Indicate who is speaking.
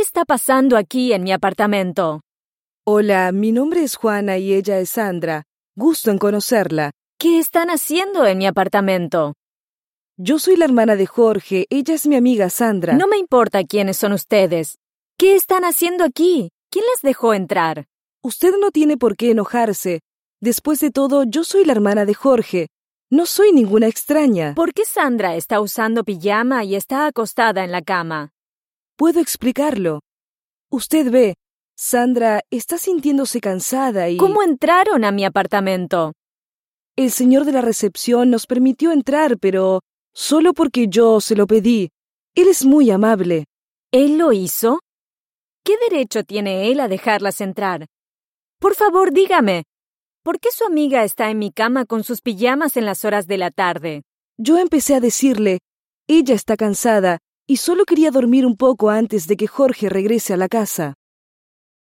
Speaker 1: está pasando aquí en mi apartamento?
Speaker 2: Hola, mi nombre es Juana y ella es Sandra. Gusto en conocerla.
Speaker 1: ¿Qué están haciendo en mi apartamento?
Speaker 2: Yo soy la hermana de Jorge, ella es mi amiga Sandra.
Speaker 1: No me importa quiénes son ustedes. ¿Qué están haciendo aquí? ¿Quién las dejó entrar?
Speaker 2: Usted no tiene por qué enojarse. Después de todo, yo soy la hermana de Jorge. No soy ninguna extraña.
Speaker 1: ¿Por qué Sandra está usando pijama y está acostada en la cama?
Speaker 2: Puedo explicarlo. Usted ve, Sandra está sintiéndose cansada y...
Speaker 1: ¿Cómo entraron a mi apartamento?
Speaker 2: El señor de la recepción nos permitió entrar, pero solo porque yo se lo pedí. Él es muy amable.
Speaker 1: ¿Él lo hizo? ¿Qué derecho tiene él a dejarlas entrar? Por favor, dígame, ¿por qué su amiga está en mi cama con sus pijamas en las horas de la tarde?
Speaker 2: Yo empecé a decirle, ella está cansada y solo quería dormir un poco antes de que Jorge regrese a la casa.